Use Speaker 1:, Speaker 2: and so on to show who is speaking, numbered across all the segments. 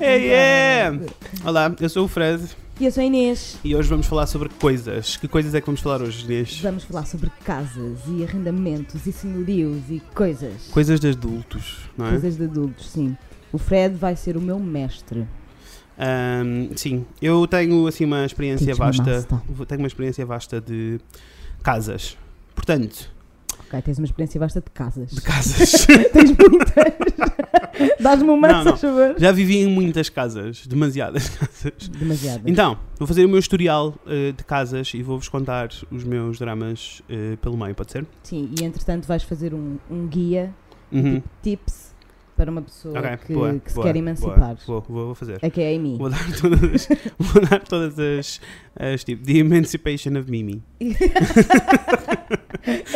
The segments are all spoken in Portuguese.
Speaker 1: É, é! Olá, eu sou o Fred
Speaker 2: E eu sou a Inês.
Speaker 1: e hoje vamos falar sobre coisas. Que coisas é que vamos falar hoje, Inês?
Speaker 2: Vamos falar sobre casas e arrendamentos e senhorios e coisas.
Speaker 1: Coisas de adultos, não é?
Speaker 2: Coisas de adultos, sim. O Fred vai ser o meu mestre.
Speaker 1: Ahm, sim, eu tenho assim uma experiência
Speaker 2: Teach me
Speaker 1: vasta.
Speaker 2: master.
Speaker 1: vou- Tenho uma experiência vasta de casas. Portanto,
Speaker 2: Ok, tens uma experiência vasta de casas.
Speaker 1: de casas.
Speaker 2: tens muitas. Dás-me uma,
Speaker 1: Não, não.
Speaker 2: se faz favor.
Speaker 1: Já vivi em muitas casas, demasiadas casas.
Speaker 2: Demasiado.
Speaker 1: Então, vou fazer o meu historial eh, de casas e vou-vos contar os meus dramas eh, pelo meio, pode ser?
Speaker 2: Sim, e entretanto vais fazer um, um guia,
Speaker 1: Uhum.
Speaker 2: tips, para uma pessoa
Speaker 1: Ok,
Speaker 2: que,
Speaker 1: boa,
Speaker 2: que se
Speaker 1: boa,
Speaker 2: quer emancipar.
Speaker 1: Boa, vou, vou fazer.
Speaker 2: A que é a Amy.
Speaker 1: Vou dar todas, vou dar todas as, as tipo, The Emancipation of Mimi.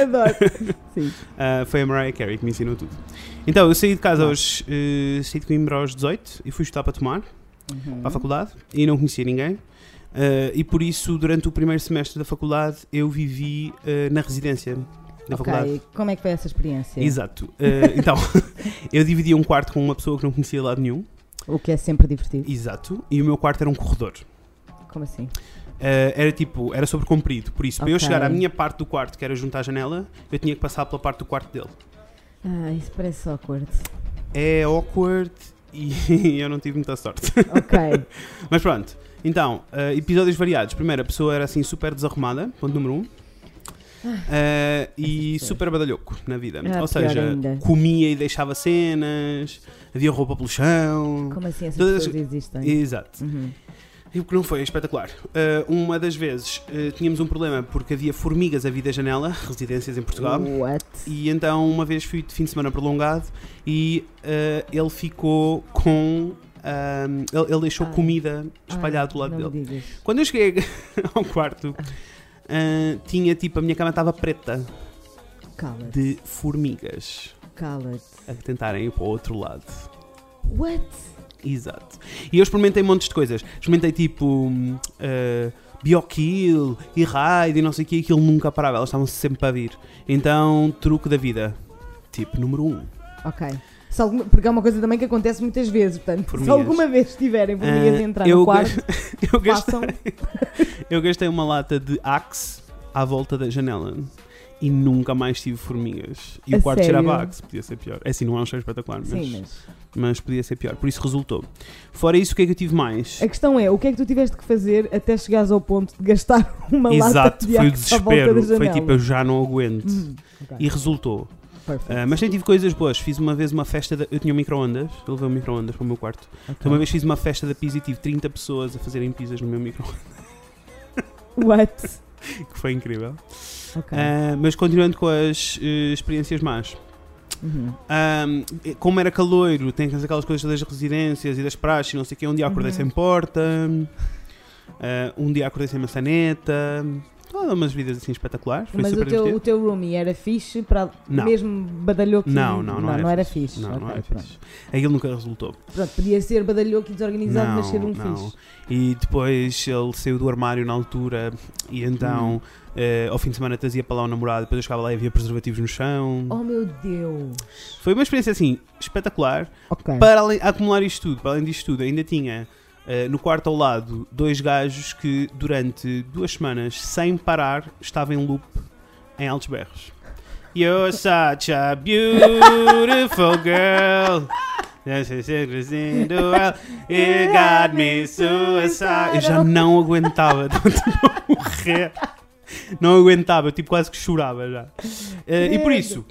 Speaker 2: Adoro. Sim.
Speaker 1: Ah, foi a Mariah Carey que me ensinou tudo. Então, eu saí de casa aos, eh, saí de Coimbra aos 18 e fui estudar para tomar,
Speaker 2: Uhum.
Speaker 1: para a faculdade, e não conhecia ninguém. Ah, e por isso, durante o primeiro semestre da faculdade, eu vivi eh, na residência da faculdade.
Speaker 2: Ok, como é que foi essa experiência?
Speaker 1: Exato. Eh, então, eu dividia um quarto com uma pessoa que não conhecia de lado nenhum.
Speaker 2: O que é sempre divertido.
Speaker 1: Exato. E o meu quarto era um corredor.
Speaker 2: Como assim?
Speaker 1: Eh, era tipo, era sobre comprido. Por isso, para eu
Speaker 2: Ok.
Speaker 1: chegar à minha parte do quarto, que era junto à janela, eu tinha que passar pela parte do quarto dele.
Speaker 2: Ah, isso parece só curto.
Speaker 1: É awkward e eu não tive muita sorte.
Speaker 2: Ok.
Speaker 1: Mas pronto. Então, eh, episódios variados. Primeiro, a pessoa era assim super desarrumada, ponto número um. Eh, e
Speaker 2: pessoas.
Speaker 1: super badalhoco na vida.
Speaker 2: Ah,
Speaker 1: Ou
Speaker 2: pior
Speaker 1: seja,
Speaker 2: ainda.
Speaker 1: comia e deixava cenas, havia roupa pelo chão.
Speaker 2: Como assim essas
Speaker 1: Todas-
Speaker 2: pessoas existem?
Speaker 1: Exato.
Speaker 2: Uhum.
Speaker 1: E o que não foi é espetacular. Uh, uma das vezes uh, tínhamos um problema porque havia formigas a vir da janela, residências em Portugal.
Speaker 2: What?
Speaker 1: E então uma vez fui de fim de semana prolongado e uh, ele ficou com. um, ele, ele deixou
Speaker 2: Ai.
Speaker 1: comida espalhada
Speaker 2: Ai,
Speaker 1: do lado
Speaker 2: não
Speaker 1: dele.
Speaker 2: me digas.
Speaker 1: Quando eu cheguei ao quarto, uh, tinha tipo. A minha cama estava preta
Speaker 2: Cala-te,
Speaker 1: de formigas
Speaker 2: cala-te.
Speaker 1: a tentarem ir para o outro lado.
Speaker 2: What?
Speaker 1: Exato. E eu experimentei montes de coisas. Experimentei tipo hum, eh, Biokill e Raid e não sei o que, aquilo nunca parava, elas estavam sempre a vir. Então, truque da vida. Tipo número 1. Um.
Speaker 2: Ok. Se alguma- porque é uma coisa também que acontece muitas vezes, portanto, se
Speaker 1: Formigas.
Speaker 2: alguma vez tiverem formigas
Speaker 1: Ah,
Speaker 2: a entrar
Speaker 1: eu
Speaker 2: no quarto,
Speaker 1: eu, gastei,
Speaker 2: façam.
Speaker 1: eu gastei uma lata de Axe à volta da janela e nunca mais tive formigas. E
Speaker 2: A
Speaker 1: o quarto
Speaker 2: sério?
Speaker 1: cheirava a Axe, podia ser pior. É assim, não é um cheiro espetacular, mas,
Speaker 2: Sim, mas.
Speaker 1: mas podia ser pior. Por isso resultou. Fora isso, o que é que eu tive mais?
Speaker 2: A questão é, o que é que tu tiveste que fazer até chegares ao ponto de gastar uma lata
Speaker 1: Exato,
Speaker 2: de
Speaker 1: foi o
Speaker 2: Axe à volta da
Speaker 1: desespero. Foi
Speaker 2: janela?
Speaker 1: tipo, eu já não aguento.
Speaker 2: Hum, ok.
Speaker 1: E resultou.
Speaker 2: Perfect.
Speaker 1: Ah, mas também tive coisas boas. Fiz uma vez uma festa. Da... Eu tinha um micro-ondas. Eu levei um micro-ondas para o meu quarto.
Speaker 2: Ok.
Speaker 1: Então, uma vez fiz uma festa da pizza e tive 30 pessoas a fazerem pizzas no meu micro-ondas,
Speaker 2: What?
Speaker 1: que foi incrível.
Speaker 2: Ok.
Speaker 1: Ah, mas continuando com as eh, experiências más.
Speaker 2: Uhum.
Speaker 1: Ah, como era caloiro, tem aquelas coisas das residências e das praxes e não sei o quê. Um dia acordei
Speaker 2: Uhum.
Speaker 1: sem porta. ah, um dia acordei sem maçaneta. Todas umas vidas assim espetaculares. Foi
Speaker 2: Mas o
Speaker 1: super
Speaker 2: teu, o
Speaker 1: divertido.
Speaker 2: teu roomie era fixe para
Speaker 1: Não.
Speaker 2: mesmo badalhoco
Speaker 1: Não, não, não era
Speaker 2: fixe.
Speaker 1: Não, não
Speaker 2: Ok,
Speaker 1: é
Speaker 2: pronto.
Speaker 1: fixe. Aquilo nunca resultou.
Speaker 2: Pronto, podia ser badalhoco e desorganizado, mas ser um
Speaker 1: não.
Speaker 2: fixe.
Speaker 1: E depois ele saiu do armário na altura e então eh, ao fim de semana trazia para lá o namorado, depois eu chegava lá e havia preservativos no chão.
Speaker 2: Oh meu Deus!
Speaker 1: Foi uma experiência assim espetacular.
Speaker 2: Ok.
Speaker 1: Para além, acumular isto tudo, para além disto tudo, ainda tinha eh, no quarto ao lado dois gajos que durante duas semanas, sem parar, estavam em loop em altos berros. You're such a beautiful girl. This is a crazy world. You got me suicidal. Eu já não aguentava, estava tipo a morrer. Não aguentava, eu tipo quase que chorava já. Eh, e por isso,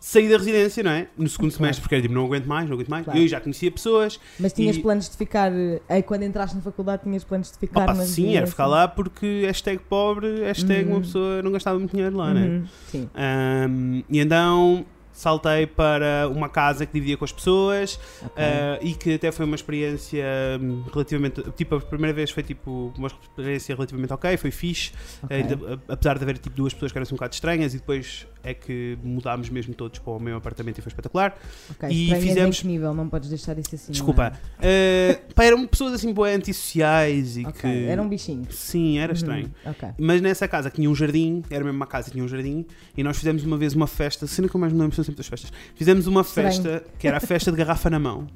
Speaker 1: saí da residência, não é? No segundo semestre, porque era tipo, não aguento mais, não aguento mais.
Speaker 2: Claro.
Speaker 1: Eu já conhecia pessoas.
Speaker 2: Mas tinhas
Speaker 1: e-
Speaker 2: planos de ficar. Aí quando entraste na faculdade, tinhas planos de ficar.
Speaker 1: Opa,
Speaker 2: mas
Speaker 1: sim, era ficar lá porque hashtag pobre, hashtag uma
Speaker 2: Uhum.
Speaker 1: pessoa não gastava muito dinheiro lá, não é?
Speaker 2: Uhum, Sim.
Speaker 1: Ahm, e então saltei para uma casa que dividia com as pessoas
Speaker 2: ok.
Speaker 1: ah, e que até foi uma experiência hum, relativamente. Tipo, a primeira vez foi tipo uma experiência relativamente ok, foi fixe,
Speaker 2: Ok.
Speaker 1: ainda- a- apesar eh, de haver tipo duas pessoas que eram um bocado estranhas e depois é que mudámos mesmo todos para o meu apartamento e foi espetacular.
Speaker 2: Ok,
Speaker 1: e
Speaker 2: estranhas em
Speaker 1: fizemos-
Speaker 2: que nível, não podes deixar isso assim.
Speaker 1: Desculpa.
Speaker 2: não
Speaker 1: Ah, pá, eram pessoas assim boas antissociais e
Speaker 2: é? Ok,
Speaker 1: que.
Speaker 2: Era um bichinho.
Speaker 1: Sim, era estranho.
Speaker 2: Uhum, Ok.
Speaker 1: Mas nessa casa que tinha um jardim, era mesmo uma casa que tinha um jardim, e nós fizemos uma vez uma festa, sendo que eu mais me lembro se sempre das festas. Fizemos uma
Speaker 2: Estranho.
Speaker 1: festa que era a festa de garrafa na mão.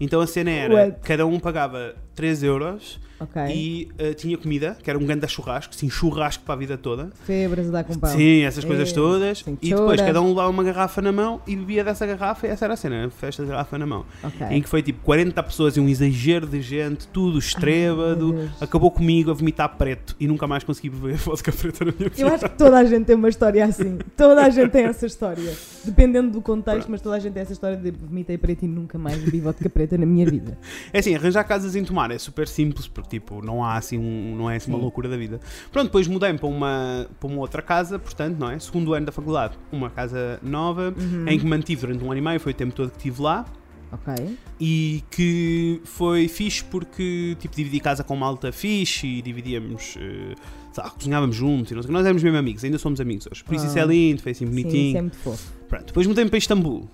Speaker 1: Então a cena era,
Speaker 2: What?
Speaker 1: cada um pagava 3 euros
Speaker 2: Ok.
Speaker 1: e eh, tinha comida, que era um grande churrasco, sim, churrasco para a vida toda.
Speaker 2: Febras a dar com pau.
Speaker 1: Sim, essas coisas
Speaker 2: É,
Speaker 1: todas.
Speaker 2: sim,
Speaker 1: E depois
Speaker 2: toda.
Speaker 1: cada um levava uma garrafa na mão e bebia dessa garrafa e essa era a cena, a festa de garrafa na mão.
Speaker 2: Ok.
Speaker 1: Em que foi tipo 40 pessoas e um exagero de gente, tudo
Speaker 2: Ai, meu
Speaker 1: estrêbado.
Speaker 2: Deus.
Speaker 1: Acabou comigo a vomitar preto e nunca mais consegui beber vodka preta na minha vida.
Speaker 2: Eu acho que toda a gente tem uma história assim. Toda a gente tem essa história. Dependendo do contexto, mas toda a gente tem essa história de vomitei preto e nunca mais bebi vodka preta na minha vida.
Speaker 1: É assim, arranjar casas em Tomar é super simples, porque tipo, não há assim, um- não é assim uma
Speaker 2: Sim.
Speaker 1: loucura da vida. Pronto, depois mudei-me para uma, para uma outra casa, portanto, não é? Segundo ano da faculdade, uma casa nova,
Speaker 2: Uhum.
Speaker 1: em que mantive durante um ano e meio, foi o tempo todo que estive lá.
Speaker 2: Ok.
Speaker 1: E que foi fixe porque tipo, dividi casa com malta fixe e dividíamos, eh, sei lá, cozinhávamos juntos e não sei o quê. Nós éramos mesmo amigos, ainda somos amigos hoje. Por isso
Speaker 2: Ah.
Speaker 1: isso é lindo, foi assim
Speaker 2: Sim,
Speaker 1: bonitinho.
Speaker 2: isso é muito fofo.
Speaker 1: Pronto, depois mudei-me para Istambul.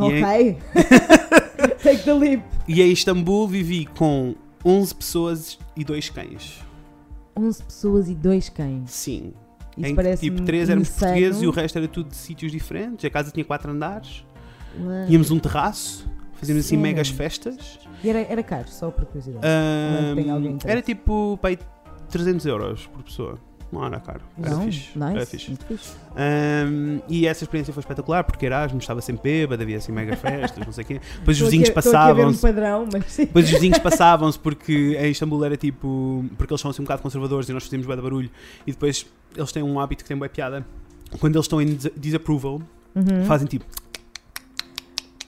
Speaker 1: E é-
Speaker 2: Ok. Take the leap.
Speaker 1: E em Istambul vivi com 11 pessoas e dois cães.
Speaker 2: 11 pessoas e dois cães.
Speaker 1: Sim.
Speaker 2: Isso
Speaker 1: em que
Speaker 2: parece
Speaker 1: tipo 3 éramos
Speaker 2: insano.
Speaker 1: portugueses e o resto era tudo de sítios diferentes. A casa tinha 4 andares,
Speaker 2: Uau.
Speaker 1: tínhamos um terraço, fazíamos assim
Speaker 2: Sério?
Speaker 1: megas festas.
Speaker 2: E era, era caro, só por curiosidade.
Speaker 1: Ah, Ahm,
Speaker 2: tem alguém interesse.
Speaker 1: era tipo pai, 300 euros por pessoa. Não era caro, era
Speaker 2: não,
Speaker 1: fixe.
Speaker 2: nice,
Speaker 1: Era fixe.
Speaker 2: muito fixe.
Speaker 1: Ahm, e essa experiência foi espetacular porque Erasmus estava sempre bêbado, havia assim mega festas, não sei o quê. Depois os
Speaker 2: Estou aqui-
Speaker 1: vizinhos
Speaker 2: estou aqui a ver um
Speaker 1: passavam-se.
Speaker 2: padrão, mas sim.
Speaker 1: Depois os vizinhos passavam-se porque em Istambul era tipo. Porque eles são assim um bocado conservadores e nós fazemos bué de barulho. E depois eles têm um hábito que tem boa piada. Quando eles estão em dis- disapproval,
Speaker 2: Uhum.
Speaker 1: fazem tipo.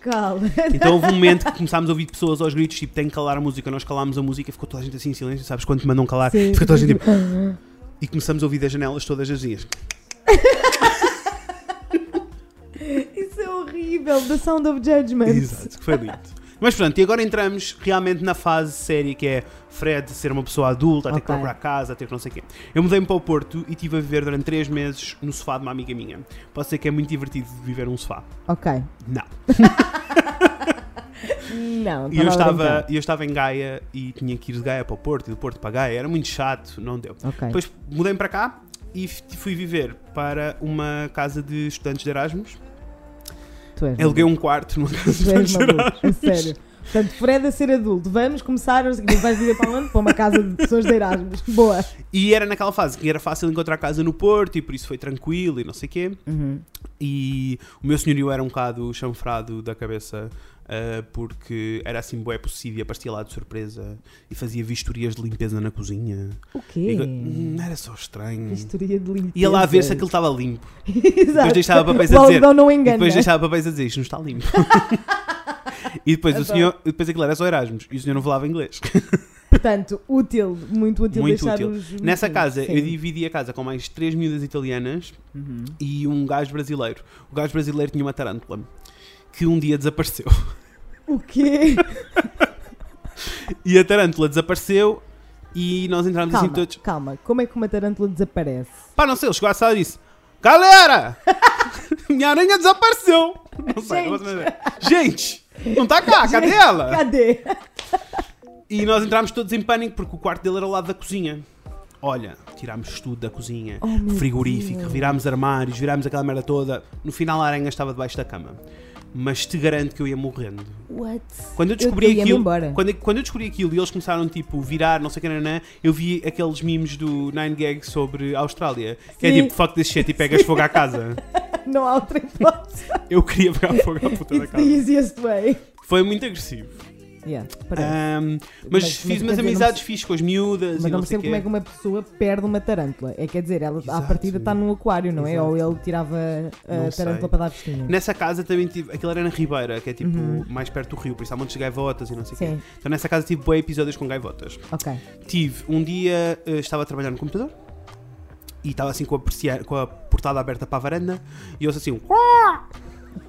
Speaker 2: Cala.
Speaker 1: Então houve um momento que começámos a ouvir pessoas aos gritos, tipo, tem que calar a música. Nós calámos a música, ficou toda a gente assim em silêncio, sabes? Quando te mandam calar,
Speaker 2: Sim.
Speaker 1: fica toda a gente tipo. E começamos a ouvir das janelas todas as dias.
Speaker 2: Isso é horrível. The Sound of Judgment.
Speaker 1: Exato, que foi lindo. Mas pronto, e agora entramos realmente na fase séria que é Fred ser uma pessoa adulta, a ter que
Speaker 2: Ok.
Speaker 1: procurar casa, a ter que não sei o quê. Eu mudei-me para o Porto e estive a viver durante 3 meses no sofá de uma amiga minha. Posso dizer que é muito divertido viver num sofá?
Speaker 2: Ok.
Speaker 1: Não.
Speaker 2: Não, tá
Speaker 1: E eu
Speaker 2: a brincar.
Speaker 1: estava, eu estava em Gaia e tinha que ir de Gaia para o Porto e do Porto para Gaia. Era muito chato, não deu.
Speaker 2: Ok.
Speaker 1: Depois mudei-me para cá e f- fui viver para uma casa de estudantes de Erasmus.
Speaker 2: Uhum. tu és
Speaker 1: Aluguei um quarto numa casa de
Speaker 2: Tu és
Speaker 1: estudantes de Erasmus.
Speaker 2: maluco, a sério. Portanto, Fred a ser adulto, vamos começar. Vais viver para onde? Para uma casa de pessoas de Erasmus. Boa.
Speaker 1: E era naquela fase que era fácil encontrar casa no Porto e por isso foi tranquilo e não sei o quê.
Speaker 2: Uhum.
Speaker 1: E o meu senhorio era um bocado chanfrado da cabeça ah, porque era assim bué possível, aparecia lá de surpresa e fazia vistorias de limpeza na cozinha.
Speaker 2: O
Speaker 1: E
Speaker 2: quê?
Speaker 1: eu- hum, era só estranho.
Speaker 2: Vistoria de limpeza.
Speaker 1: Ia lá ver se aquilo estava limpo.
Speaker 2: Exato.
Speaker 1: deixava papéis a
Speaker 2: o
Speaker 1: dizer.
Speaker 2: algodão não
Speaker 1: E
Speaker 2: engana.
Speaker 1: depois deixava papéis a dizer isto não está limpo. e depois o
Speaker 2: Adoro.
Speaker 1: senhor, depois aquilo era só Erasmus e o senhor não falava inglês.
Speaker 2: Portanto, útil, muito útil
Speaker 1: Muito
Speaker 2: deixar
Speaker 1: útil.
Speaker 2: os.
Speaker 1: Nessa casa
Speaker 2: Uhum. Sim.
Speaker 1: eu dividi a casa com mais três miúdas italianas
Speaker 2: Uhum.
Speaker 1: e um gajo brasileiro. O gajo brasileiro tinha uma tarântula que um dia desapareceu.
Speaker 2: O quê?
Speaker 1: E a tarântula desapareceu e nós entramos assim
Speaker 2: calma,
Speaker 1: todos.
Speaker 2: calma. Como é que uma tarântula desaparece?
Speaker 1: Pá, não sei, ele chegou à sala e disse: Galera! Minha aranha desapareceu! Não sei, não posso dizer. Gente! Não está cá, cadê ela?
Speaker 2: Cadê?
Speaker 1: E nós entrámos todos em pânico porque o quarto dele era ao lado da cozinha. Olha, tirámos tudo da cozinha,
Speaker 2: Oh, meu
Speaker 1: frigorífico,
Speaker 2: Deus.
Speaker 1: virámos armários, virámos aquela merda toda. No final a aranha estava debaixo da cama. Mas te garanto que eu ia morrendo.
Speaker 2: What?
Speaker 1: Quando eu descobri
Speaker 2: eu ia-me
Speaker 1: aquilo,
Speaker 2: embora.
Speaker 1: quando, quando eu descobri aquilo e eles começaram tipo virar, não sei o que nanã, eu vi aqueles memes do Nine Gag sobre a Austrália, que é
Speaker 2: Sim.
Speaker 1: tipo fuck this shit e pegas fogo à casa.
Speaker 2: Não há outra hipótese.
Speaker 1: Eu queria pegar fogo à puta da
Speaker 2: It's the
Speaker 1: casa.
Speaker 2: easiest way.
Speaker 1: Foi muito agressivo.
Speaker 2: Yeah, parece.
Speaker 1: Ahm, mas,
Speaker 2: Mas-
Speaker 1: fiz umas
Speaker 2: mas quer dizer, não
Speaker 1: amizades fiz com as miúdas
Speaker 2: Mas
Speaker 1: e
Speaker 2: não
Speaker 1: não sei o
Speaker 2: percebo
Speaker 1: quê.
Speaker 2: como é que uma pessoa perde uma tarântula. É quer dizer, ela à
Speaker 1: Exato.
Speaker 2: partida está num aquário, não é?
Speaker 1: Exato.
Speaker 2: Ou ele tirava eh, a
Speaker 1: Não sei.
Speaker 2: tarântula para dar festinha.
Speaker 1: Nessa casa também tive. Aquilo era na Ribeira, que é tipo
Speaker 2: Uhum.
Speaker 1: mais perto do rio, por isso há montes de gaivotas e não sei o quê.
Speaker 2: Sim,
Speaker 1: Então nessa casa tive boi episódios com gaivotas.
Speaker 2: ok.
Speaker 1: Tive, um dia eh, estava a trabalhar no computador e estava assim com a, persia- com a portada aberta para a varanda e ouço assim um "Quá!"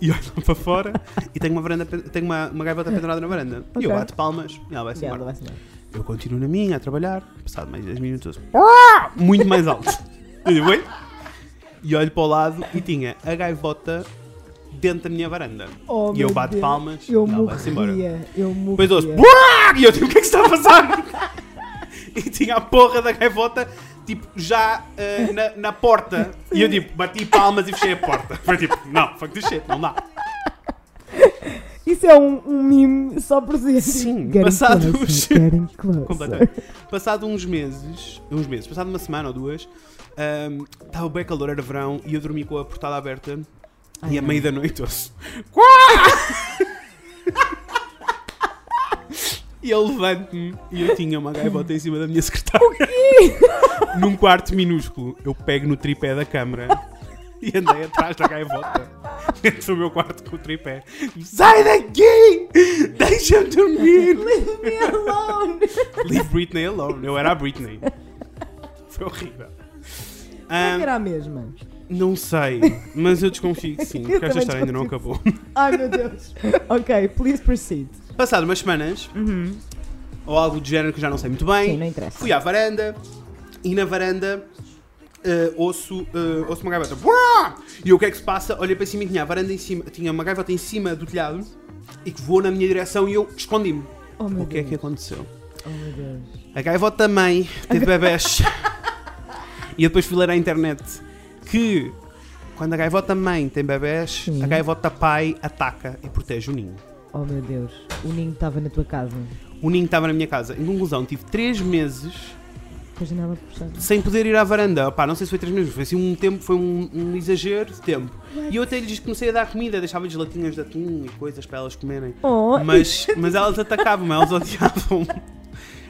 Speaker 1: e olho lá para fora e tenho uma, varanda, pe- tenho uma, uma gaivota pendurada na varanda e eu
Speaker 2: Ok.
Speaker 1: bato palmas e ela vai-se
Speaker 2: Yeah,
Speaker 1: embora.
Speaker 2: vai-se embora.
Speaker 1: Eu continuo na minha a trabalhar, passado mais 10 minutos, ouço, "Quá!"
Speaker 2: Ah!
Speaker 1: muito mais alto. Eu digo, "Oi?" E olho para o lado e tinha a gaivota dentro da minha varanda.
Speaker 2: Oh,
Speaker 1: e eu
Speaker 2: meu
Speaker 1: bato
Speaker 2: Deus.
Speaker 1: palmas
Speaker 2: Eu
Speaker 1: e ela vai-se embora.
Speaker 2: morria, eu morria.
Speaker 1: tipo, Depois ouço "Buá!" e eu digo, o que é que está a passar? e tinha a porra da gaivota tipo, já eh, na, na porta. E eu, tipo, bati palmas e fechei a porta. Foi tipo, não, fuck this shit, não dá.
Speaker 2: Isso é um, um meme só por si.
Speaker 1: Sim,
Speaker 2: Getting
Speaker 1: passado
Speaker 2: closer,
Speaker 1: os-
Speaker 2: getting closer.
Speaker 1: Completamente. Passado uns meses, uns meses, passado uma semana ou duas, ahm, estava bem calor, era verão, e eu dormi com a portada aberta.
Speaker 2: Ai,
Speaker 1: e a
Speaker 2: não.
Speaker 1: meio da noite ouço. e eu levanto-me e eu tinha uma gaivota em cima da minha secretária. Num quarto minúsculo, eu pego no tripé da câmara e andei atrás da gaivota. Dentro do meu quarto com o tripé. Sai daqui! Deixa-me dormir!
Speaker 2: Leave me alone!
Speaker 1: Leave Britney alone. Eu era a Britney. Foi horrível.
Speaker 2: Será
Speaker 1: Ahm,
Speaker 2: que era a mesma?
Speaker 1: não sei, mas eu desconfio que sim,
Speaker 2: Eu
Speaker 1: porque esta
Speaker 2: também
Speaker 1: história ainda não acabou.
Speaker 2: Ai meu Deus. ok, please proceed.
Speaker 1: Passado umas semanas, ou algo do género que eu já não sei muito
Speaker 2: Uhum. Sim,
Speaker 1: bem,
Speaker 2: não interessa.
Speaker 1: fui à varanda e na varanda eh, ouço, eh, ouço uma gaivota. Buá! E eu, o que é que se passa? Olhei para cima e tinha a varanda em cima, tinha uma gaivota em cima do telhado e que voou na minha direção e eu escondi-me.
Speaker 2: Oh meu
Speaker 1: O que é
Speaker 2: Deus.
Speaker 1: que aconteceu?
Speaker 2: Oh meu Deus.
Speaker 1: A gaivota mãe teve bebés. e eu depois fui ler à internet que quando a gaivota mãe tem bebés,
Speaker 2: Sim.
Speaker 1: a gaivota pai ataca e protege o ninho.
Speaker 2: Oh meu Deus. O ninho estava na tua casa.
Speaker 1: O ninho estava na minha casa. Em conclusão, tive três meses
Speaker 2: Com a janela fechada.
Speaker 1: sem poder ir à varanda. Opá, não sei se foi três meses, foi assim um tempo, foi um, um exagero de tempo. E eu até lhes comecei a dar comida, deixava-lhes latinhas de atum e coisas para elas comerem.
Speaker 2: Oh,
Speaker 1: Mas, mas elas atacavam, elas odiavam.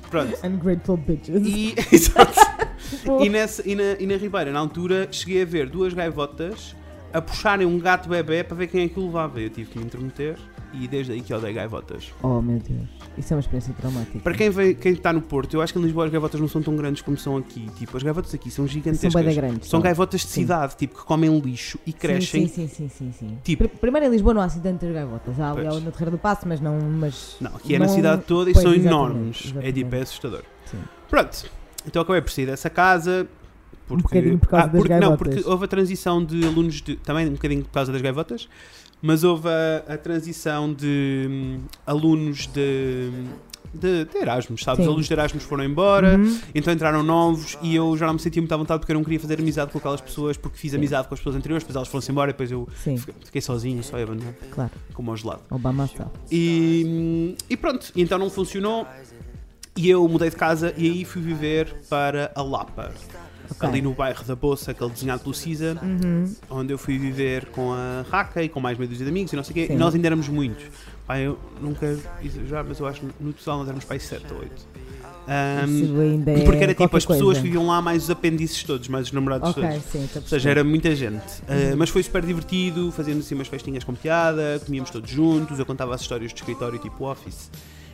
Speaker 1: Pronto.
Speaker 2: Ungrateful bitches. Tipo,
Speaker 1: E, exato.
Speaker 2: Pô.
Speaker 1: E, nessa, e, na, e na Ribeira, na altura, cheguei a ver duas gaivotas a puxarem um gato bebê para ver quem é que o levava. Eu tive que me intermeter e desde aí que odeio gaivotas.
Speaker 2: Oh meu Deus. Isso é uma experiência traumática.
Speaker 1: Para quem vem- quem está no Porto, eu acho que em Lisboa as gaivotas não são tão grandes como são aqui. Tipo, as gaivotas aqui são
Speaker 2: São
Speaker 1: gigantescas.
Speaker 2: bué da grandes.
Speaker 1: São
Speaker 2: são.
Speaker 1: gaivotas de
Speaker 2: Sim.
Speaker 1: cidade, tipo, que comem lixo e crescem.
Speaker 2: Sim, sim, sim, sim, sim. sim.
Speaker 1: Tipo-
Speaker 2: Pr- Primeiro em Lisboa não há assim tantas gaivotas. Há ali
Speaker 1: Pois.
Speaker 2: ao- na Terreira do Passo, mas não. Mas
Speaker 1: Não, aqui é na
Speaker 2: não-
Speaker 1: cidade toda e
Speaker 2: pois,
Speaker 1: são
Speaker 2: exatamente,
Speaker 1: enormes. É tipo, é
Speaker 2: exatamente.
Speaker 1: assustador.
Speaker 2: Sim. Um
Speaker 1: Pronto, então acabei por sair dessa casa. Porque, Ah,
Speaker 2: bocadinho por causa das
Speaker 1: porque, Não,
Speaker 2: gaivotas.
Speaker 1: porque houve a transição de alunos de. Também um bocadinho por causa das gaivotas, mas houve a, a transição de hum, alunos de, de, de Erasmus, sabes?
Speaker 2: Sim.
Speaker 1: Os alunos de Erasmus foram embora,
Speaker 2: Uhum.
Speaker 1: então entraram novos e eu já não me sentia muito à vontade porque eu não queria fazer amizade com aquelas pessoas, porque fiz
Speaker 2: Sim.
Speaker 1: amizade com as pessoas anteriores, depois elas foram-se embora e depois eu
Speaker 2: Sim,
Speaker 1: fiquei- fiquei sozinho, só e abandonado,
Speaker 2: claro.
Speaker 1: como ao gelado.
Speaker 2: Obama sabe.
Speaker 1: E, e pronto, e então não funcionou. E eu mudei de casa e aí fui viver para a Lapa,
Speaker 2: Ok.
Speaker 1: ali no bairro da Bolsa, aquele desenhado pelo Cisa,
Speaker 2: Uhum.
Speaker 1: onde eu fui viver com a Raca e com mais meia dúzia de amigos e não sei o quê.
Speaker 2: Sim.
Speaker 1: E nós ainda éramos muitos. Pá, eu nunca exagerar, mas eu acho que no total nós éramos para 7 ou 8.
Speaker 2: Isso ainda é
Speaker 1: porque era tipo
Speaker 2: qualquer
Speaker 1: as pessoas
Speaker 2: coisa.
Speaker 1: que viviam lá, mais os apêndices todos, mais os namorados
Speaker 2: Ok,
Speaker 1: todos.
Speaker 2: sim, estou a
Speaker 1: Ou seja,
Speaker 2: perceber.
Speaker 1: era muita gente. Uh, mas foi super divertido, fazendo assim umas festinhas com piada, comíamos todos juntos, eu contava as histórias de escritório tipo office.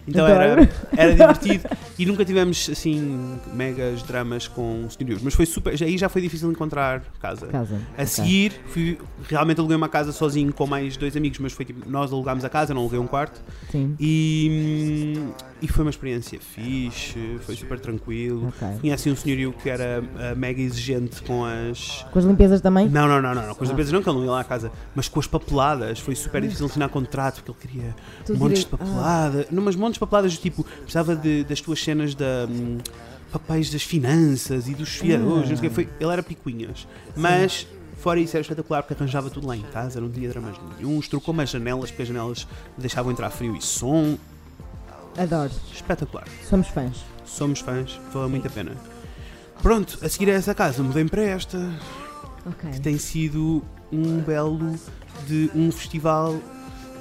Speaker 1: Então era,
Speaker 2: Adoro.
Speaker 1: era divertido e nunca tivemos assim megas dramas com senhorios, mas foi super. já- Aí já foi difícil encontrar casa.
Speaker 2: Casa.
Speaker 1: A
Speaker 2: ok.
Speaker 1: seguir, fui, realmente aluguei uma casa sozinho com mais dois amigos, mas foi tipo, nós alugámos a casa, não aluguei um quarto
Speaker 2: Sim.
Speaker 1: e, e foi uma experiência fixe, foi super tranquilo.
Speaker 2: Ok.
Speaker 1: Tinha assim um senhorio que era ah, mega exigente com as,
Speaker 2: Com as limpezas também?
Speaker 1: não, não, não, não, não. Com as empresas não, que ele não ia lá à casa, mas com as papeladas foi super difícil assinar contrato porque ele queria
Speaker 2: Tudo
Speaker 1: montes de
Speaker 2: direito. Ah.
Speaker 1: papelada. Não, mas montes de papeladas do tipo, precisava de- das tuas cenas da. hum, papéis das finanças e dos fiadores, não sei o
Speaker 2: Ah.
Speaker 1: quê. Foi, ele era picuinhas. Mas. Fora isso era espetacular porque arranjava tudo lá em casa, não tinha dramas nenhums, trocou-me as janelas porque as janelas deixavam entrar frio e som.
Speaker 2: Ah, Adoro.
Speaker 1: Espetacular.
Speaker 2: Somos fãs.
Speaker 1: Somos fãs, vale muito a pena. Pronto, a seguir a essa casa, mudei para esta
Speaker 2: Ok.
Speaker 1: que tem sido um belo de um festival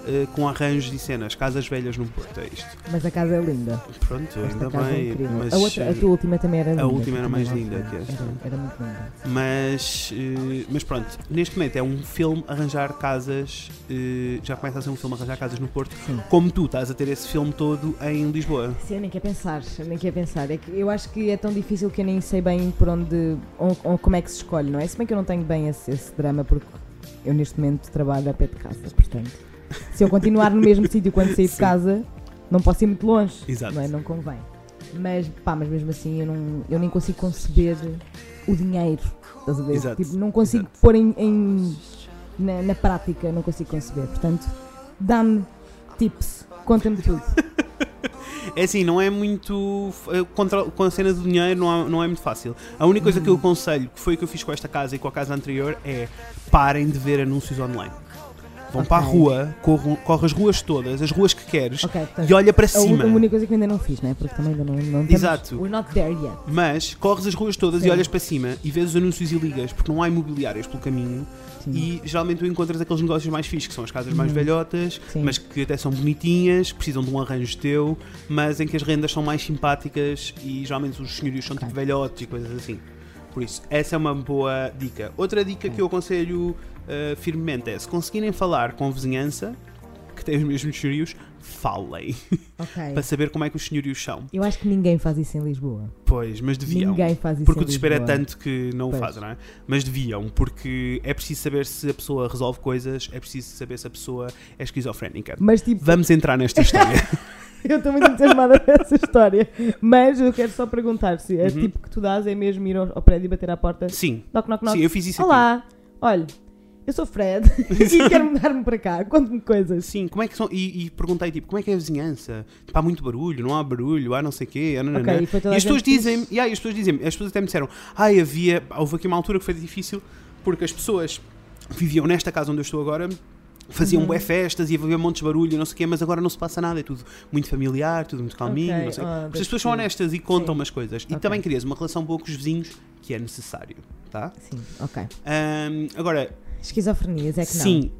Speaker 1: eh, com arranjos e cenas, casas velhas num Porto, é isto.
Speaker 2: Mas a casa é linda.
Speaker 1: Pronto,
Speaker 2: Esta
Speaker 1: ainda
Speaker 2: casa é
Speaker 1: bem,
Speaker 2: incrível.
Speaker 1: mas,
Speaker 2: a, outra, a tua última também era linda.
Speaker 1: última era mais
Speaker 2: também
Speaker 1: linda
Speaker 2: gosto.
Speaker 1: que esta.
Speaker 2: Era, era muito linda.
Speaker 1: mas, eh, mas pronto, neste momento é um filme arranjar casas, eh, já começa a ser um filme arranjar casas no Porto,
Speaker 2: Sim.
Speaker 1: como tu estás a ter esse filme todo em Lisboa.
Speaker 2: Sim, eu nem quero pensar, eu nem quero pensar. É que eu acho que é tão difícil que eu nem sei bem por onde, ou, ou como é que se escolhe, não é? Se bem que eu não tenho bem esse, esse drama, porque eu neste momento trabalho a pé de casa, portanto. Se eu continuar no mesmo sítio quando sair de
Speaker 1: Sim.
Speaker 2: casa, não posso ir muito longe,
Speaker 1: Exato.
Speaker 2: não é? Não convém. Mas, pá, mas mesmo assim eu, não, eu nem consigo conceber o dinheiro, estás a ver?
Speaker 1: Exato,
Speaker 2: Tipo, não consigo
Speaker 1: exato.
Speaker 2: pôr em, em- na, na prática, não consigo conceber. Portanto, dá-me tips, conta-me tudo.
Speaker 1: É assim, não é muito. eh, Contra, com a cena do dinheiro não, há- não é muito fácil. A única coisa que
Speaker 2: Hum.
Speaker 1: eu aconselho, que foi o que eu fiz com esta casa e com a casa anterior, é parem de ver anúncios online. Vão para a
Speaker 2: Ok.
Speaker 1: rua, corram, corre as ruas todas, as ruas que queres,
Speaker 2: Ok, portanto,
Speaker 1: e olha para
Speaker 2: a,
Speaker 1: cima.
Speaker 2: un- a única coisa que eu ainda não fiz, não é? Porque também ainda não, não temos-
Speaker 1: Exato.
Speaker 2: We're not there yet.
Speaker 1: Mas corres as ruas todas e
Speaker 2: Sim.
Speaker 1: olhas para cima e vês os anúncios e ligas, porque não há imobiliárias pelo caminho.
Speaker 2: Sim.
Speaker 1: E geralmente tu encontras aqueles negócios mais fixos, que são as casas mais
Speaker 2: Uhum.
Speaker 1: velhotas,
Speaker 2: Sim.
Speaker 1: mas que até são bonitinhas, precisam de um arranjo teu, mas em que as rendas são mais simpáticas e geralmente os senhorios são tipo
Speaker 2: Ok.
Speaker 1: velhotes e coisas assim. Por isso, essa é uma boa dica. Outra dica que eu aconselho uh, firmemente é: se conseguirem falar com a vizinhança, que tem os mesmos senhorios, falem,
Speaker 2: Ok.
Speaker 1: para saber como é que os senhorios são.
Speaker 2: Eu acho que ninguém faz isso em Lisboa.
Speaker 1: Pois, mas deviam.
Speaker 2: Ninguém faz isso
Speaker 1: Porque
Speaker 2: em
Speaker 1: o desespero é
Speaker 2: Lisboa.
Speaker 1: tanto que não
Speaker 2: Pois.
Speaker 1: o fazem, não é? Mas deviam, porque é preciso saber se a pessoa resolve coisas, é preciso saber se a pessoa é esquizofrénica.
Speaker 2: Mas tipo,
Speaker 1: Vamos entrar nesta história.
Speaker 2: eu estou muito entusiasmada com essa história. Mas eu quero só perguntar se é
Speaker 1: Uhum.
Speaker 2: tipo que tu dás é mesmo ir ao, ao prédio e bater à porta.
Speaker 1: Sim,
Speaker 2: Knock, knock, knock.
Speaker 1: sim, eu fiz isso aqui.
Speaker 2: Olá, olha, eu sou Fred e quero mudar-me para cá. Conte-me coisas.
Speaker 1: Sim, como é que são? E, e perguntei, tipo, como é que é a vizinhança? Tipo, há muito barulho, não há barulho, há não sei o quê, há nananã.
Speaker 2: Ok, e foi toda
Speaker 1: E
Speaker 2: a
Speaker 1: as pessoas
Speaker 2: gente fixe?
Speaker 1: dizem, yeah, e as pessoas dizem, as pessoas até me disseram, ai, havia, houve aqui uma altura que foi difícil porque as pessoas viviam nesta casa onde eu estou agora,
Speaker 2: Uhum.
Speaker 1: faziam bué festas e havia montes de barulho, e não sei o quê, mas agora não se passa nada, é tudo muito familiar, tudo muito calminho,
Speaker 2: Ok,
Speaker 1: não sei.
Speaker 2: ah,
Speaker 1: Porque as
Speaker 2: that's
Speaker 1: pessoas são
Speaker 2: cute.
Speaker 1: honestas e contam
Speaker 2: Sim.
Speaker 1: umas coisas. E
Speaker 2: Ok.
Speaker 1: também crias uma relação boa com os vizinhos, que é necessário, tá?
Speaker 2: Sim, ok.
Speaker 1: Ahm, agora,
Speaker 2: Esquizofrenias é que não.
Speaker 1: Sim,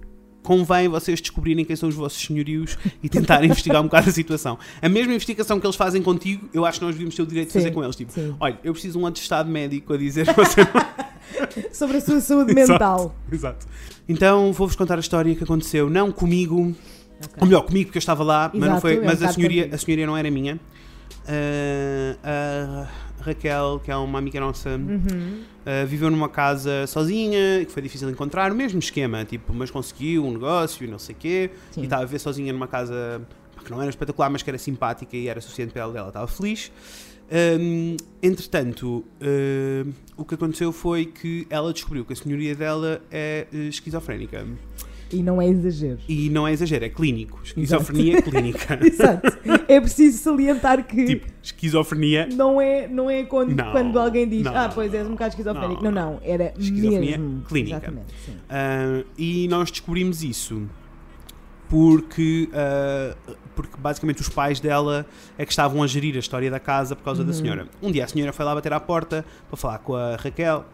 Speaker 1: convém vocês descobrirem quem são os vossos senhorios e tentarem investigar um bocado a situação. A mesma investigação que eles fazem contigo, eu acho que nós devíamos ter o direito de
Speaker 2: Sim,
Speaker 1: fazer com eles. Tipo,
Speaker 2: sim.
Speaker 1: olha, eu preciso de um atestado médico a dizer que você não.
Speaker 2: Sobre a sua saúde mental.
Speaker 1: Exato. Então vou-vos contar a história que aconteceu, não comigo,
Speaker 2: Ok.
Speaker 1: ou melhor, comigo, porque eu estava lá, mas, não
Speaker 2: Exato,
Speaker 1: foi,
Speaker 2: é um
Speaker 1: mas a,
Speaker 2: bocado
Speaker 1: senhoria,
Speaker 2: contigo.
Speaker 1: a senhoria não era minha. Ah, a Raquel, que é uma amiga nossa,
Speaker 2: Uhum.
Speaker 1: Uh, viveu numa casa sozinha, que foi difícil de encontrar, o mesmo esquema, tipo, mas conseguiu um negócio e não sei o quê,
Speaker 2: Sim.
Speaker 1: e tá. estava a viver sozinha numa casa pá, que não era espetacular, mas que era simpática e era suficiente para ela, ela estava feliz. Um, entretanto, uh, o que aconteceu foi que ela descobriu que a senhoria dela é uh, esquizofrénica.
Speaker 2: E não é exagero.
Speaker 1: E não é exagero, é clínico. Esquizofrenia clínica.
Speaker 2: Exato. É preciso salientar que
Speaker 1: tipo, esquizofrenia
Speaker 2: não, é, não é quando,
Speaker 1: Não,
Speaker 2: quando alguém diz
Speaker 1: não,
Speaker 2: ah, pois és um bocado esquizofrénico. Não, não, era
Speaker 1: Esquizofrenia
Speaker 2: mesmo.
Speaker 1: clínica.
Speaker 2: Exatamente, sim.
Speaker 1: Ah, e nós descobrimos isso porque, ah, porque basicamente os pais dela é que estavam a gerir a história da casa por causa da senhora. Um dia a senhora foi lá bater à porta para falar com a Raquel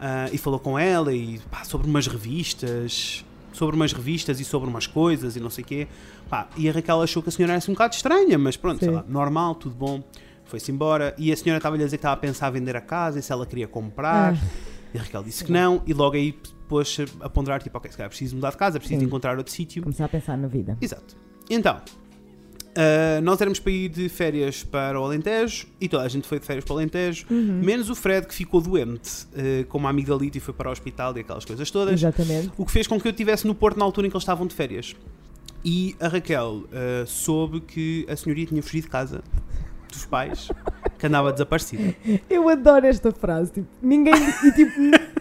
Speaker 1: ah, e falou com ela e pá, sobre umas revistas. Sobre umas revistas e sobre umas coisas e não sei o quê. Pá, e a Raquel achou que a senhora era assim um bocado estranha, mas pronto, sei
Speaker 2: Sim.
Speaker 1: lá, normal, tudo bom. Foi-se embora e a senhora estava-lhe a dizer que estava a pensar em vender a casa e se ela queria comprar.
Speaker 2: Ah.
Speaker 1: E a Raquel disse que não, e logo aí pôs a ponderar, tipo, ok, se calhar preciso mudar de casa, preciso
Speaker 2: Sim.
Speaker 1: encontrar outro sítio.
Speaker 2: Começar a pensar na vida.
Speaker 1: Exato. Então, ah, nós éramos para ir de férias para o Alentejo, e toda a gente foi de férias para o Alentejo,
Speaker 2: Uhum.
Speaker 1: menos o Fred, que ficou doente, ah, com uma amigdalite e foi para o hospital e aquelas coisas todas.
Speaker 2: Exatamente.
Speaker 1: O que fez com que eu estivesse no Porto na altura em que eles estavam de férias. E a Raquel ah, soube que a senhoria tinha fugido de casa dos pais, que andava desaparecida.
Speaker 2: Eu adoro esta frase. Tipo, ninguém e, tipo,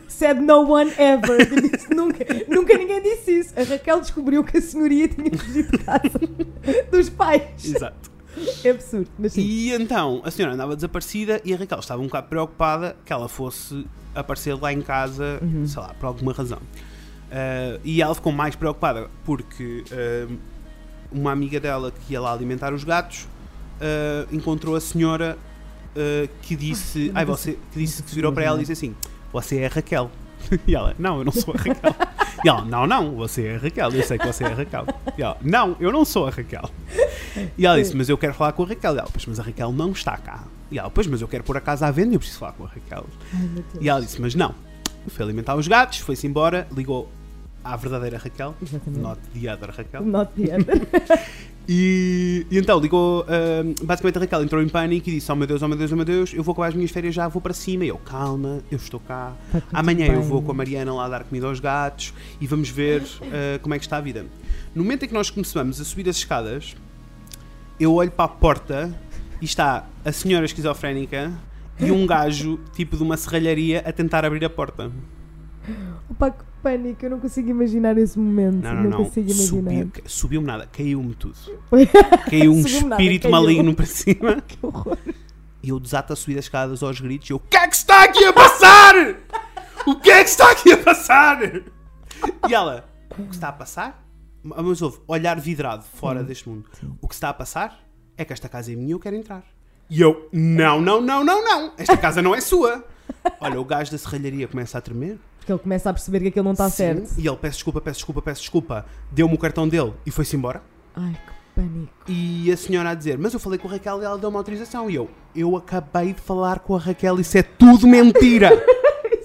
Speaker 2: said no one ever. Tipo, isso nunca, nunca ninguém disse isso. A Raquel descobriu que a senhoria tinha fugido de casa dos pais.
Speaker 1: Exato.
Speaker 2: É absurdo, mas sim.
Speaker 1: E então a senhora andava desaparecida e a Raquel estava um bocado preocupada que ela fosse aparecer lá em casa, sei lá, por alguma razão. Ah, e ela ficou mais preocupada porque ah, uma amiga dela que ia lá alimentar os gatos ah, encontrou a senhora ah, que disse, ai, você, que disse que se virou para ela e disse assim: Você é a Raquel. E ela, não, eu não sou a Raquel. E ela, não, não, você é a Raquel, eu sei que você é a Raquel. E ela, não, eu não sou a Raquel. E ela disse, mas eu quero falar com a Raquel. E ela, pois, mas a Raquel não está cá. E ela, pois, mas eu quero pôr a casa à venda e eu preciso falar com a Raquel.
Speaker 2: Ai, meu Deus.
Speaker 1: E ela disse, mas não. Foi alimentar os gatos, foi-se embora, ligou à verdadeira Raquel,
Speaker 2: Exatamente.
Speaker 1: not the other Raquel.
Speaker 2: Not the other.
Speaker 1: E, e então ligou, ahm, basicamente a Raquel entrou em pânico e disse, oh meu Deus, oh meu Deus, oh meu Deus, eu vou acabar as minhas férias já, vou para cima. E eu, calma, eu estou cá.
Speaker 2: Tá tudo
Speaker 1: Amanhã eu
Speaker 2: bem.
Speaker 1: vou com a Mariana lá dar comida aos gatos e vamos ver ah, como é que está a vida. No momento em que nós começamos a subir as escadas, eu olho para a porta e está a senhora esquizofrénica e um gajo, tipo de uma serralharia, a tentar abrir a porta.
Speaker 2: Opa, que pânico, eu não consigo imaginar esse momento.
Speaker 1: Não, não, não.
Speaker 2: consigo imaginar.
Speaker 1: Subiu- ca- Subiu-me nada, caiu-me tudo.
Speaker 2: Foi-
Speaker 1: Caiu um
Speaker 2: Subiu-me nada,
Speaker 1: espírito
Speaker 2: caiu.
Speaker 1: maligno para cima.
Speaker 2: Que horror.
Speaker 1: E eu desato a subir as escadas aos gritos e eu, o que é que está aqui a passar? O que é que está aqui a passar? E ela, o que está a passar? Ah, Mas ouve, olhar vidrado, fora deste mundo. O que está a passar é que esta casa é minha e eu quero entrar. E eu, não, não, não, não, não, esta casa não é sua. Olha, o gajo da serralharia começa a tremer.
Speaker 2: Porque ele começa a perceber que aquilo não está
Speaker 1: Sim.
Speaker 2: certo.
Speaker 1: E ele, peço desculpa, peço desculpa, peço desculpa. Deu-me o cartão dele e foi-se embora.
Speaker 2: Ai, que pânico.
Speaker 1: E a senhora a dizer, mas eu falei com a Raquel e ela deu uma autorização. E eu, eu acabei de falar com a Raquel, isso é tudo mentira.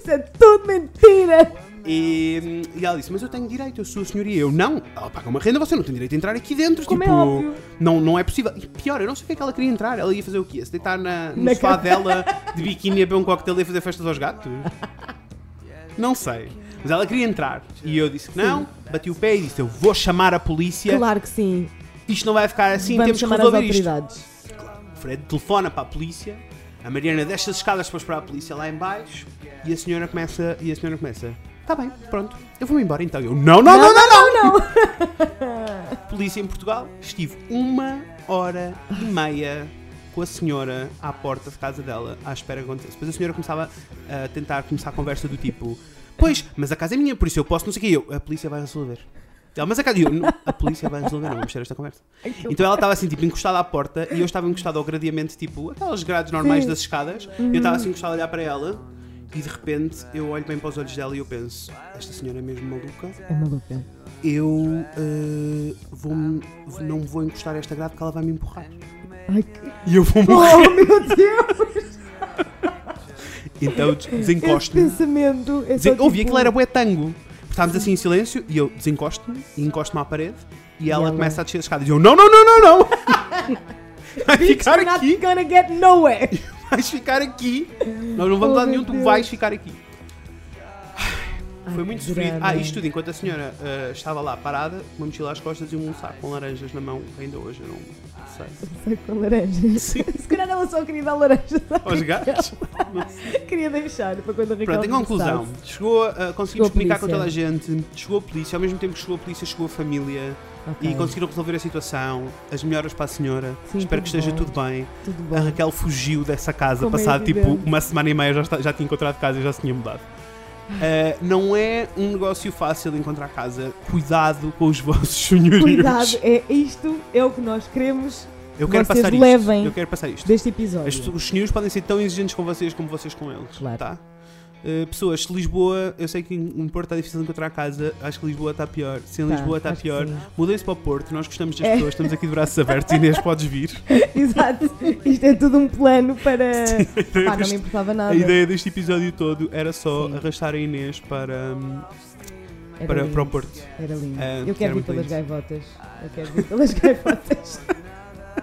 Speaker 2: Isso é tudo mentira!
Speaker 1: e, e ela disse, mas eu tenho direito, eu sou a senhoria. Eu, não, ela paga uma renda, você não tem direito a entrar aqui dentro.
Speaker 2: Como é
Speaker 1: tipo,
Speaker 2: óbvio.
Speaker 1: Não, não é possível. E pior, eu não sei o que é que ela queria entrar. Ela ia fazer o quê? Ia Se deitar na, no
Speaker 2: Na
Speaker 1: sofá
Speaker 2: cama.
Speaker 1: dela, de biquíni, a beber um coquetel e a fazer festas aos gatos? Não sei. Mas ela queria entrar. E eu disse que não, bati o pé e disse, eu vou chamar a polícia.
Speaker 2: Claro que sim.
Speaker 1: Isto não vai ficar assim, temos
Speaker 2: Vamos
Speaker 1: que
Speaker 2: chamar as
Speaker 1: resolver isto.
Speaker 2: autoridades.
Speaker 1: O Fred telefona para a polícia, a Mariana desce as escadas para esperar a polícia lá em baixo e a senhora começa, e a senhora começa, tá bem, pronto, eu vou-me embora então. Eu, não, não, não, não, não,
Speaker 2: não,
Speaker 1: Polícia em Portugal, estive uma hora e meia com a senhora à porta de casa dela, à espera que acontecesse. Depois a senhora começava a tentar começar a conversa do tipo, pois, mas a casa é minha, por isso eu posso, não sei o que, eu, a polícia vai resolver. Ela, mas a casa, eu, "Não, a polícia vai resolver, não vamos ter esta conversa.
Speaker 2: Aquilo-
Speaker 1: Então ela estava assim, tipo, encostada à porta e eu estava encostado ao gradeamento, tipo, aquelas grades normais
Speaker 2: Sim.
Speaker 1: das escadas. Eu estava assim encostado a olhar para ela e de repente eu olho bem para os olhos dela e eu penso: esta senhora é mesmo maluca.
Speaker 2: É maluca.
Speaker 1: Eu eh, vou-me- não me vou encostar a esta grade porque ela vai me empurrar.
Speaker 2: Ai, que...
Speaker 1: E eu vou morrer.
Speaker 2: Oh, meu Deus!
Speaker 1: Então eu des-
Speaker 2: Esse
Speaker 1: desencosto-me.
Speaker 2: pensamento. É
Speaker 1: Desen
Speaker 2: só
Speaker 1: ouvi
Speaker 2: tipo-
Speaker 1: aquilo era bué tango. Estávamos assim em silêncio e eu desencosto-me e encosto-me à parede e ela
Speaker 2: ela-
Speaker 1: começa a descer as escadas e eu: não, não, não, não, não! Vai
Speaker 2: It's
Speaker 1: ficar
Speaker 2: not
Speaker 1: aqui!
Speaker 2: gonna get nowhere!
Speaker 1: vais ficar aqui. Nós não vamos
Speaker 2: Oh,
Speaker 1: lá
Speaker 2: meu
Speaker 1: nenhum, tu
Speaker 2: Deus.
Speaker 1: vais ficar aqui. Foi
Speaker 2: Ai,
Speaker 1: muito
Speaker 2: que
Speaker 1: sofrido.
Speaker 2: drama.
Speaker 1: Ah, isto tudo enquanto a senhora ah, estava lá parada, com uma mochila às costas e um saco com laranjas na mão, ainda hoje, eu não sei.
Speaker 2: Só com laranjas.
Speaker 1: Sim.
Speaker 2: Se calhar ela só queria dar laranjas.
Speaker 1: Aos gatos. Não sei.
Speaker 2: é Queria deixar para quando a Raquel
Speaker 1: Pronto, em
Speaker 2: regressasse.
Speaker 1: conclusão, chegou, ah,
Speaker 2: Chegou
Speaker 1: conseguimos
Speaker 2: a
Speaker 1: comunicar com
Speaker 2: polícia.
Speaker 1: toda a gente, chegou a polícia, ao mesmo tempo que chegou a polícia, chegou a família
Speaker 2: Ok,
Speaker 1: e conseguiram resolver a situação. As melhoras para a senhora.
Speaker 2: Sim,
Speaker 1: Espero que
Speaker 2: tudo
Speaker 1: esteja
Speaker 2: bom.
Speaker 1: tudo bem.
Speaker 2: Tudo
Speaker 1: A
Speaker 2: bom.
Speaker 1: Raquel fugiu dessa casa,
Speaker 2: Como é
Speaker 1: passado tipo
Speaker 2: evidente.
Speaker 1: uma semana e meia já, está- já tinha encontrado casa e já se tinha mudado.
Speaker 2: Ah.
Speaker 1: Uh, não é um negócio fácil encontrar casa. Cuidado com os vossos sonhos.
Speaker 2: Cuidado, é isto é o que nós queremos
Speaker 1: Eu quero
Speaker 2: Vocês
Speaker 1: passar
Speaker 2: levem.
Speaker 1: isto. Eu quero passar isto.
Speaker 2: deste episódio.
Speaker 1: As- os senhores podem ser tão exigentes com vocês como vocês com eles.
Speaker 2: Claro.
Speaker 1: Tá? Uh, pessoas, se Lisboa, eu sei que em em Porto está difícil encontrar casa, acho que Lisboa está pior. Se em
Speaker 2: Tá,
Speaker 1: Lisboa está
Speaker 2: acho que
Speaker 1: pior,
Speaker 2: sim.
Speaker 1: mudem-se para o Porto, nós gostamos das
Speaker 2: É.
Speaker 1: pessoas, estamos aqui de braços abertos. Inês, podes vir.
Speaker 2: Exato. Isto é tudo um plano para. Pá, não me importava nada.
Speaker 1: A ideia deste episódio todo era só
Speaker 2: Sim.
Speaker 1: arrastar a Inês para, hum,
Speaker 2: Era
Speaker 1: para,
Speaker 2: lindo,
Speaker 1: para o Porto.
Speaker 2: Era lindo.
Speaker 1: Ah,
Speaker 2: Eu
Speaker 1: era
Speaker 2: quero vir
Speaker 1: muito
Speaker 2: pelas
Speaker 1: lindo.
Speaker 2: gaivotas. Eu quero vir pelas gaivotas.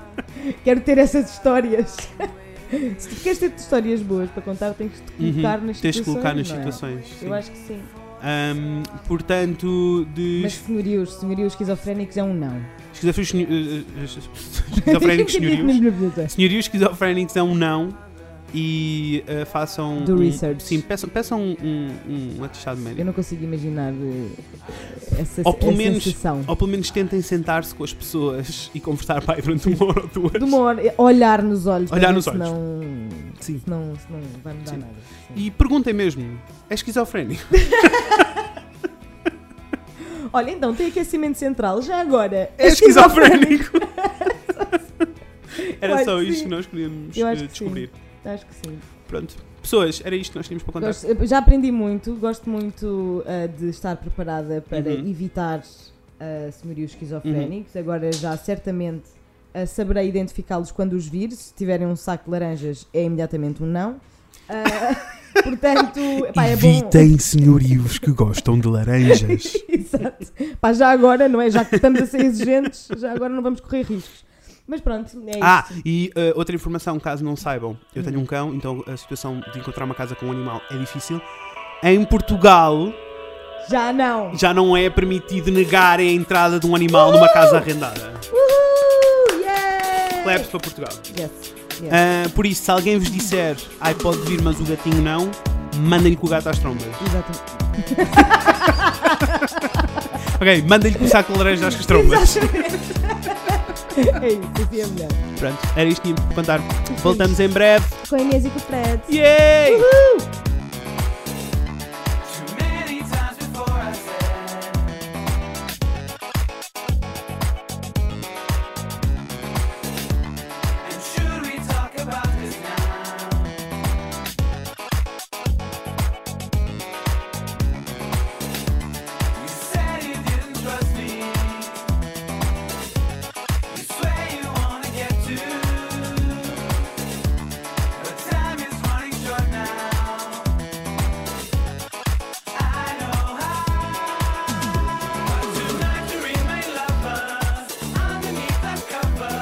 Speaker 2: quero ter essas histórias. Se tu queres ter histórias boas para contar, tens de te
Speaker 1: Uhum.
Speaker 2: colocar nas
Speaker 1: Tens de
Speaker 2: situações.
Speaker 1: colocar nas
Speaker 2: não é?
Speaker 1: situações. sim.
Speaker 2: Eu acho que sim.
Speaker 1: Hum, portanto, de
Speaker 2: Mas senhorios, senhorios esquizofrénicos é um não.
Speaker 1: esquizofrénicos, senho- eh, eh, esquizofrénicos senhorios. Senhorios esquizofrénicos é um não e eh, façam.
Speaker 2: Do
Speaker 1: um-
Speaker 2: research.
Speaker 1: Sim, peçam, peçam um, um, um atestado médico.
Speaker 2: Eu não consigo imaginar eh, essa,
Speaker 1: Ou pelo
Speaker 2: essa
Speaker 1: menos-
Speaker 2: sensação.
Speaker 1: Ou pelo menos tentem sentar-se com as pessoas e conversar pai, durante uma hora ou duas.
Speaker 2: De uma hora, olhar nos olhos. para
Speaker 1: Olhar
Speaker 2: ver
Speaker 1: nos
Speaker 2: se
Speaker 1: olhos.
Speaker 2: Não,
Speaker 1: Sim.
Speaker 2: se não, se não vai mudar
Speaker 1: Sim.
Speaker 2: nada. Sim.
Speaker 1: E perguntem mesmo: é esquizofrénico?
Speaker 2: Olha, então tem aquecimento central já agora.
Speaker 1: É esquizofrénico!
Speaker 2: Eu
Speaker 1: era
Speaker 2: acho
Speaker 1: só
Speaker 2: que
Speaker 1: isto
Speaker 2: sim.
Speaker 1: que nós queríamos
Speaker 2: Eu
Speaker 1: eh,
Speaker 2: acho que sim.
Speaker 1: descobrir.
Speaker 2: Acho que sim.
Speaker 1: Pronto. Pessoas, era isto é que nós tínhamos para contar.
Speaker 2: Gosto- eu já aprendi muito, gosto muito ah, de estar preparada para
Speaker 1: Uhum.
Speaker 2: evitar ah, senhorios esquizofrénicos. Agora já certamente ah, saberei identificá-los quando os vir. Se tiverem um saco de laranjas, é imediatamente um não. Ah, portanto, pá, é bom. É
Speaker 1: senhorios que gostam de laranjas.
Speaker 2: Exato. Pá, já agora, não é? Já que estamos a ser exigentes, já agora não vamos correr riscos. Mas pronto, é isso.
Speaker 1: ah, e eh, outra informação, caso não saibam, eu tenho um cão, então a situação de encontrar uma casa com um animal é difícil. Em Portugal
Speaker 2: Já não.
Speaker 1: já não é permitido negar a entrada de um animal numa casa arrendada.
Speaker 2: Uhul! Yay!
Speaker 1: Claps para Portugal.
Speaker 2: Yes. yes.
Speaker 1: Ah, por isso, se alguém vos disser, ai pode vir, mas o gatinho não, mandem-lhe com o gato às trombas.
Speaker 2: Exatamente.
Speaker 1: Ok, manda-lhe começar com laranja às castrombas.
Speaker 2: É isso, assim é melhor.
Speaker 1: Pronto, era isto que tínhamos para contar. Voltamos em breve.
Speaker 2: Com a Inês e com o Fred.
Speaker 1: Yay!
Speaker 2: Uhul!
Speaker 3: Too many times before I said And should we talk about this now? You said you didn't trust me You swear you wanna get to But time is running short now I know how to not to remain lovers underneath that cover,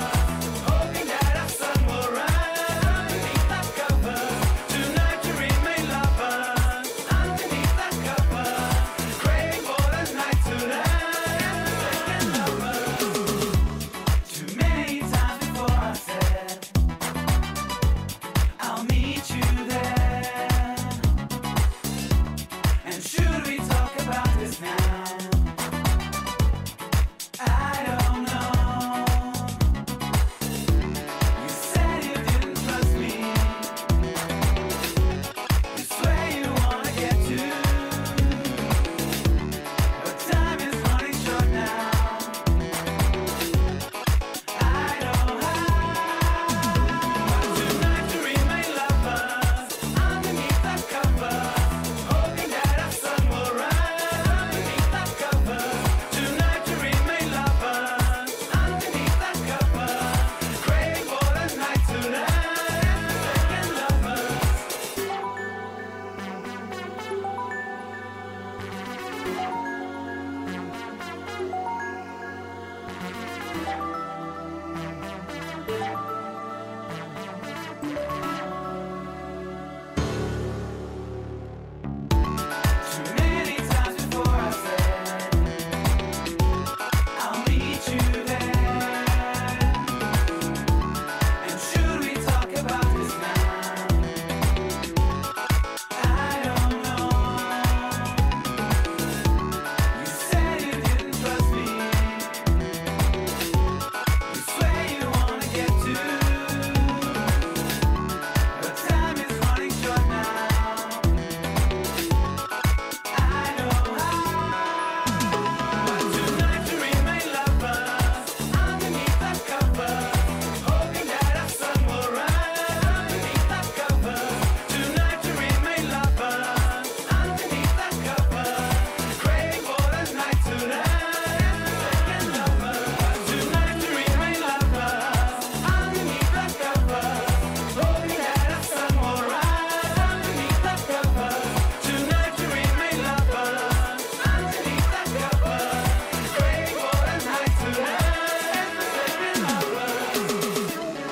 Speaker 3: hoping that our sun will rise underneath that cover. Tonight to remain lovers underneath that cover, craving for the night to last. Too many times before I said I'll meet you there. And should we talk about this now? I don't know. You said you didn't trust me. You swear you wanna get to. But time is running short now. I know how. Tonight to remain lovers underneath that cover. Hoping that our sun will rise underneath that cover. Tonight to remain lovers underneath that cover. Craving for the night to last, lovers. Too many times before I said I'll meet you there. And should we talk about this now? I don't know. You said you didn't trust me. You swear you wanna get to, but time is running short now. I know how tonight to remain lovers underneath that cover, hoping that our sun will rise underneath that cover. Tonight to remain lovers underneath that cover, craving for the night to last, lovers. Tonight to remain lovers underneath that cover, hoping that our sun will rise underneath that cover. Tonight to remain lovers underneath that cover, craving for the night to last, lovers.